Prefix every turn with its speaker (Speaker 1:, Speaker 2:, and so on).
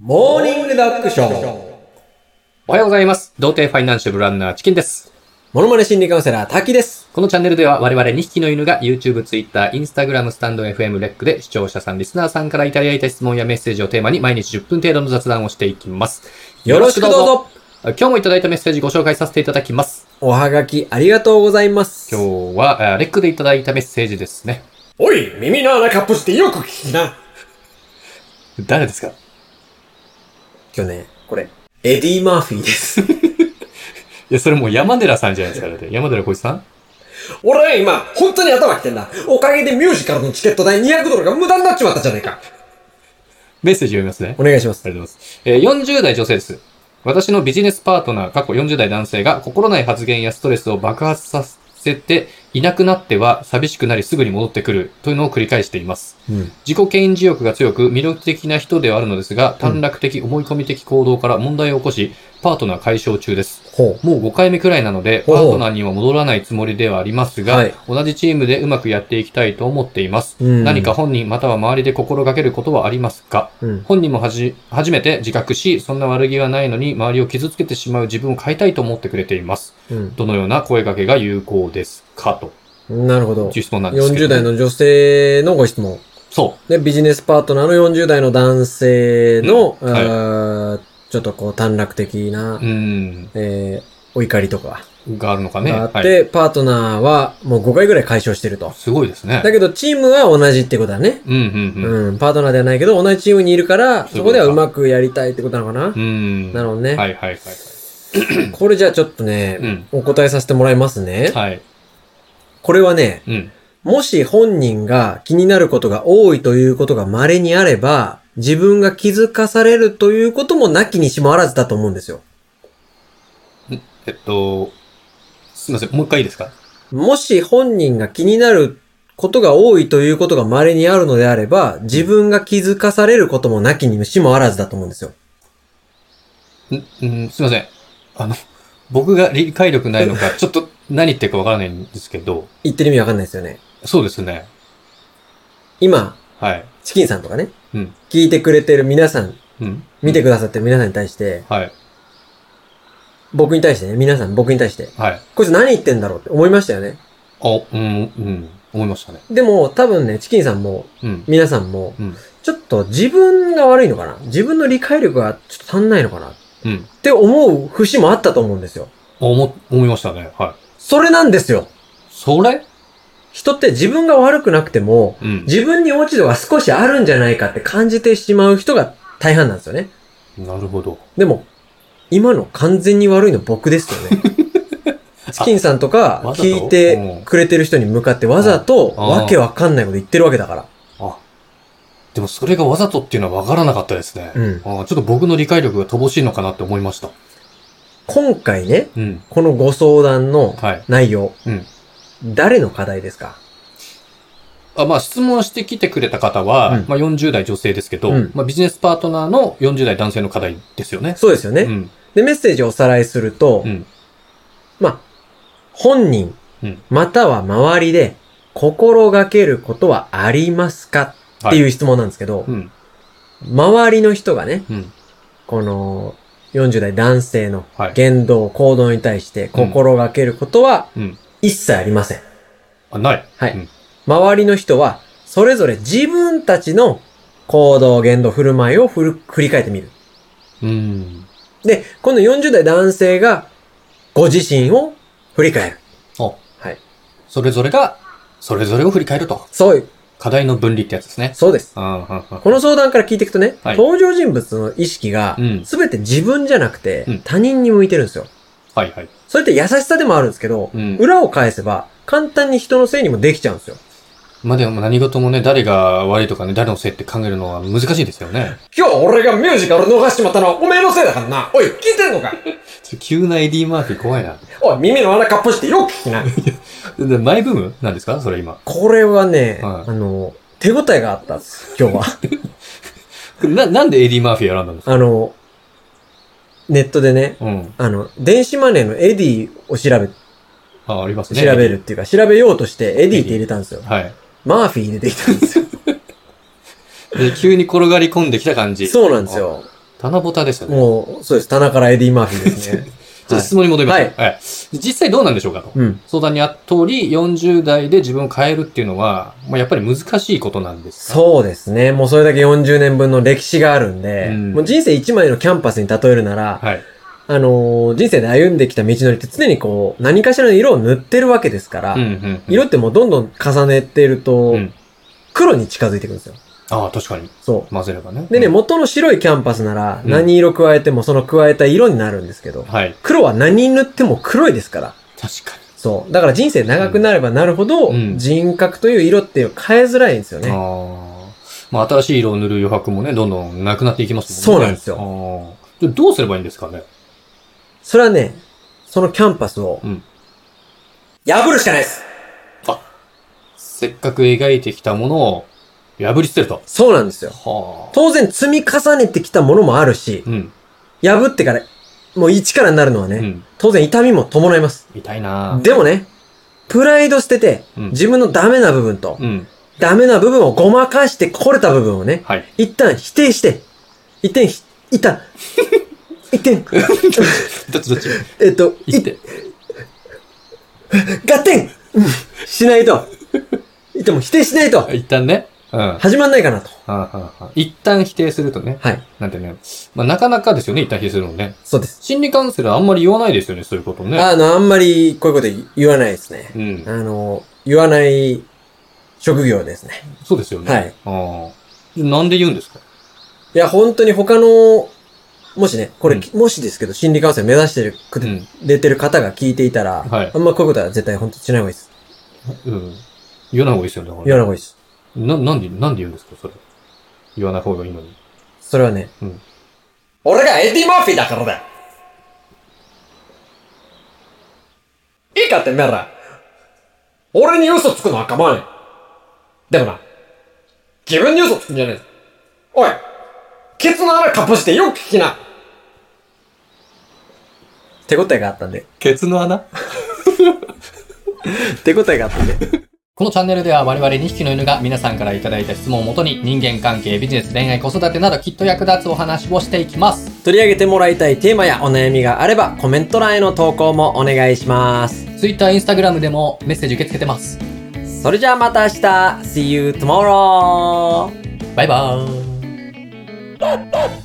Speaker 1: モーニングダックショー。
Speaker 2: おはようございます。童貞ファイナンシャルランナーチキンです。
Speaker 1: モノマネ心理カウンセラー、滝です。
Speaker 2: このチャンネルでは我々2匹の犬が YouTube、Twitter、Instagram、スタンド FM、レックで視聴者さん、リスナーさんからいただいた質問やメッセージをテーマに毎日10分程度の雑談をしていきます。
Speaker 1: よろしくどうぞ。
Speaker 2: 今日もいただいたメッセージご紹介させていただきます。
Speaker 1: おはがきありがとうございます。
Speaker 2: 今日は、あレックでいただいたメッセージですね。
Speaker 1: おい、耳の穴カップしてよく聞きな。
Speaker 2: 誰ですか
Speaker 1: 今日ね、これ、エディ・マーフィーです。
Speaker 2: いや、それもう山寺さんじゃないですか。だって山寺こいつさん
Speaker 1: 俺は今、本当に頭きてんだ。おかげでミュージカルのチケット代200ドルが無駄になっちまったじゃねえか。
Speaker 2: メッセージ読みますね。
Speaker 1: お願いします。
Speaker 2: ありがとうございます。えー40代女性です。私のビジネスパートナー、過去40代男性が心ない発言やストレスを爆発させて、いなくなっては寂しくなりすぐに戻ってくるというのを繰り返しています。
Speaker 1: うん。
Speaker 2: 自己権威自欲が強く魅力的な人ではあるのですが、
Speaker 1: うん
Speaker 2: 短絡的、思い込み的行動から問題を起こし、パートナー解消中です。
Speaker 1: ほ
Speaker 2: もう5回目くらいなので、
Speaker 1: お
Speaker 2: パ
Speaker 1: う
Speaker 2: ートナーには戻らないつもりではありますが、
Speaker 1: はい
Speaker 2: 同じチームでうまくやっていきたいと思っています。
Speaker 1: う。うん
Speaker 2: 何か。本人または周りで心がけることはありますか
Speaker 1: うん。
Speaker 2: 本人もはじ、初めて自覚し、そんな悪気はないのに、周りを傷つけてしまう自分を変えたいと思ってくれています。
Speaker 1: うん。
Speaker 2: どのような声掛けが有効ですかと
Speaker 1: なるほど
Speaker 2: い。う質問なんですけど。
Speaker 1: 40代。の女性のご質問。
Speaker 2: そ
Speaker 1: で、ビジネスパートナーの40代の男性の、
Speaker 2: うんはい
Speaker 1: あーちょっとこう短絡的な、
Speaker 2: う。うー
Speaker 1: えーお怒りとか
Speaker 2: ん。があるのかね。
Speaker 1: があって、
Speaker 2: はい。
Speaker 1: パートナーはもう5回ぐらい解消してると。
Speaker 2: すごいですね。
Speaker 1: だけどチームは同じってことだね。
Speaker 2: うんうんうん。う
Speaker 1: うん、パートナーではないけど、同じチームにいるから、
Speaker 2: そういう
Speaker 1: そ
Speaker 2: こ
Speaker 1: こと
Speaker 2: か
Speaker 1: ではうまくやりたいってことなのかな
Speaker 2: ーん。
Speaker 1: なるほどね。
Speaker 2: はいはいはい。
Speaker 1: これじゃあちょっとね、
Speaker 2: うん。
Speaker 1: お答えさせてもらいますね。
Speaker 2: はい。
Speaker 1: これはね、
Speaker 2: うん。
Speaker 1: もし本人が気になることが多いということが稀にあれば、自分が気づかされるということもなきにしもあらずだと思うんですよ。
Speaker 2: えっと、すいません。もう一回いいですか
Speaker 1: もし本人が気になることが多いということが稀にあるのであれば、自分が気づかされることもなきにしもあらずだと思うんですよ。
Speaker 2: んうん、すいません。あの、僕が理解力ないの か、ちょっと何言ってるかわからないんですけど、
Speaker 1: 言ってる意味わかんないですよね。
Speaker 2: そうですね。
Speaker 1: 今、
Speaker 2: はい。
Speaker 1: チキンさんとかね、
Speaker 2: うん
Speaker 1: 聞いてくれてる皆さん、
Speaker 2: うん。
Speaker 1: 見てくださってる皆さんに対して、
Speaker 2: はい。
Speaker 1: 僕に対してね、皆さん僕に対して、
Speaker 2: はい。
Speaker 1: こいつ何言ってんだろうって思いましたよね。
Speaker 2: あ、うん、うん、思いましたね。
Speaker 1: でも、多分ね、チキンさんも、
Speaker 2: うん。
Speaker 1: 皆さんも、
Speaker 2: うん
Speaker 1: ちょっと自分が悪いのかな自分の理解力がちょっと足んないのかなっ
Speaker 2: うん。
Speaker 1: て思う節もあったと思うんですよ。
Speaker 2: あ思、思いましたね。は
Speaker 1: それなんですよ
Speaker 2: い。それ
Speaker 1: 人って自分が悪くなくても、
Speaker 2: うん。
Speaker 1: 自分に落ち度が少しあるんじゃないかって感じてしまう人が大半なんですよね。
Speaker 2: なるほど。
Speaker 1: でも、今の完全に悪いの僕ですよね。 チキンさんとか
Speaker 2: わざと
Speaker 1: 聞いてくれてる人に向かってわざとわけわかんないこと言ってるわけだから。
Speaker 2: あ。でもそれがわざとっていうのはわからなかったですね。
Speaker 1: うん
Speaker 2: あちょっと僕の理解力が乏しいのかなって思いました。
Speaker 1: 今回ね、
Speaker 2: うん。
Speaker 1: このご相談の
Speaker 2: はい。
Speaker 1: 内容、
Speaker 2: うん
Speaker 1: 誰の課題ですか
Speaker 2: あまあ、質問してきてくれた方
Speaker 1: う
Speaker 2: は、
Speaker 1: ん
Speaker 2: まあ40代女性ですけど、
Speaker 1: うん
Speaker 2: まあビジネスパートナーの40代男性の課題ですよね。
Speaker 1: そうですよね、
Speaker 2: うん。
Speaker 1: で、メッセージをおさらいすると、
Speaker 2: うん。
Speaker 1: まあ、本人
Speaker 2: うん、
Speaker 1: または周りで心がけることはありますかっていう質問なんですけど、
Speaker 2: うん。
Speaker 1: 周りの人がね、
Speaker 2: うん。
Speaker 1: この40代男性の
Speaker 2: はい。
Speaker 1: 言動、行動に対して心がけることは
Speaker 2: うん。
Speaker 1: 一切ありません。
Speaker 2: あ、ない。
Speaker 1: はい
Speaker 2: うん
Speaker 1: 周りの人はそれぞれ自分たちの行動、言動、振る舞いを振る振り返ってみる。
Speaker 2: うん。
Speaker 1: で、この40代男性がご自身を振り返る。
Speaker 2: あ、
Speaker 1: はい。
Speaker 2: それぞれが、それぞれを振り返ると。
Speaker 1: そういう、
Speaker 2: 課題の分離ってやつですね。
Speaker 1: そうです。
Speaker 2: うん、うん、うん。
Speaker 1: この相談から聞いていくとね、
Speaker 2: はい
Speaker 1: 登場人物の意識が
Speaker 2: う、ん。
Speaker 1: すべて自分じゃなくて
Speaker 2: うん、
Speaker 1: 他人に向いてるんですよ。
Speaker 2: はいはい。
Speaker 1: それって優しさでもあるんですけど、
Speaker 2: うん
Speaker 1: 裏を返せば、簡単に人のせいにもできちゃうんですよ。
Speaker 2: まあでも何事もね、誰が悪いとかね、誰のせいって考えるのは難しいですよね。
Speaker 1: 今日俺がミュージカル逃しちまったのはおめえのせいだからな。おい、聞いてんのか
Speaker 2: ちょ急なエディ・マーフィー怖いな。
Speaker 1: おい、耳の穴かっぽしてよく聞きな。
Speaker 2: でマイブームなんですかそれ今。
Speaker 1: これはね、
Speaker 2: はい
Speaker 1: あの、手応えがあったんです、今日は。
Speaker 2: な、なんでエディ・マーフィー選んだんですか
Speaker 1: あの、ネットでね、
Speaker 2: うん。
Speaker 1: あの、電子マネーのエディを調べ、
Speaker 2: あ、ありますね。
Speaker 1: 調べ
Speaker 2: エ
Speaker 1: るっていうか、調べようとしてエディって入れたんですよ
Speaker 2: ディ。。はい。
Speaker 1: マーフィー出てきたんですよ。
Speaker 2: で、急に転がり込んできた感じ。
Speaker 1: そうなんですよ。
Speaker 2: 棚ぼたですよね。
Speaker 1: もう、そうです。棚からエディ・マーフィーです ね。
Speaker 2: じゃあ質問に戻りましょう。はい。実際どうなんでしょうかと。
Speaker 1: うん。
Speaker 2: 相談にあった通り、40代で自分を変えるっていうのは、まあ、やっぱり難しいことなんですか
Speaker 1: そうですね。もうそれだけ40年分の歴史があるんで、
Speaker 2: うん
Speaker 1: もう人生一枚のキャンパスに例えるなら、
Speaker 2: はい。
Speaker 1: あのー人生で歩んできた道のりって常にこう、何かしらの色を塗ってるわけですから、
Speaker 2: うんうん、うん。
Speaker 1: 色ってもうどんどん重ねてると、
Speaker 2: うん
Speaker 1: 黒に近づいてくるんですよ。
Speaker 2: ああ、確かに。
Speaker 1: そう。
Speaker 2: 混ぜればね。
Speaker 1: でね、
Speaker 2: うん
Speaker 1: 元の白いキャンパスなら、
Speaker 2: うん
Speaker 1: 何色加えてもその加えた色になるんですけど、
Speaker 2: はい。
Speaker 1: 黒は何塗っても黒いですから。
Speaker 2: 確か
Speaker 1: そう。だから人生長くなればなるほど、
Speaker 2: うん
Speaker 1: 人格という色って変えづらいんですよ
Speaker 2: に。
Speaker 1: ね。
Speaker 2: ああ。まあ、新しい色を塗る余白もね、どんどんなくなっていきます
Speaker 1: そ
Speaker 2: もんね。
Speaker 1: うなんですよ
Speaker 2: よ。でどうすればいいんですかね。
Speaker 1: それはね、そのキャンパスを、
Speaker 2: うん
Speaker 1: 破るしかないです
Speaker 2: せっかく描いてきたものを破り捨てると。
Speaker 1: そうなんですよ。
Speaker 2: はあ。
Speaker 1: 当然積み重ねてきたものもあるし、
Speaker 2: うん。
Speaker 1: 破ってから、もう一からになるのはね、
Speaker 2: うん。
Speaker 1: 当然痛みも伴います。
Speaker 2: 痛いな
Speaker 1: でもね、プライド捨てて、
Speaker 2: うん
Speaker 1: 自分のダメな部分と、
Speaker 2: うん。
Speaker 1: ダメな部分をごまかしてこれた部分をね、
Speaker 2: はい。
Speaker 1: 一旦否定して、一点ひ、一旦、 一点、
Speaker 2: どっちどっち
Speaker 1: えっと、
Speaker 2: 言って。
Speaker 1: 合点うんしないと、いっても否定しないと、
Speaker 2: 一旦ね。うん。は
Speaker 1: 始まんないかなと。
Speaker 2: あはあはあ一旦否定するとね。
Speaker 1: はい。
Speaker 2: なんてね。まあ、なかなかですよね、一旦否定するのね。
Speaker 1: そうです。
Speaker 2: 心理カウンセラーあんまり言わないですよね、そういうことね。
Speaker 1: あの、あんまりこういうこと言わないですね。
Speaker 2: うん。
Speaker 1: あの、言わない職業ですね。
Speaker 2: そうですよね。
Speaker 1: はい。
Speaker 2: ああ。なんで言うんですか
Speaker 1: いや、本当に他の、もしね、これ、
Speaker 2: う
Speaker 1: もしですけど、心理カウンセラー目指してる、く
Speaker 2: うん。
Speaker 1: 出てる方が聞いていたら、
Speaker 2: はい
Speaker 1: あんまこういうことは絶対本当にしない方がいいです。
Speaker 2: うん。言わない方がいいですよね、だから
Speaker 1: 言わない方がいいです。
Speaker 2: な、なんで、なんで言うんですか、それ。言わない方がいいのに。
Speaker 1: それはね、
Speaker 2: うん
Speaker 1: 俺がエディ・マーフィーだからだいいかってめえら、俺に嘘つくのは構わねえ。でもな、自分に嘘つくんじゃねえぞ。おい、ケツの穴かっぽしてよく聞きな手応えがあったんで。
Speaker 2: ケツの穴
Speaker 1: 手応えがあったんで。
Speaker 2: このチャンネルでは我々2匹の犬が皆さんからいただいた質問をもとに人間関係、ビジネス、恋愛、子育てなどきっと役立つお話をしていきます。
Speaker 1: 取り上げてもらいたいテーマやお悩みがあればコメント欄への投稿もお願いします。
Speaker 2: Twitter、Instagram でもメッセージ受け付けてます。
Speaker 1: それじゃあまた明日 !See you tomorrow!
Speaker 2: バイバーイ。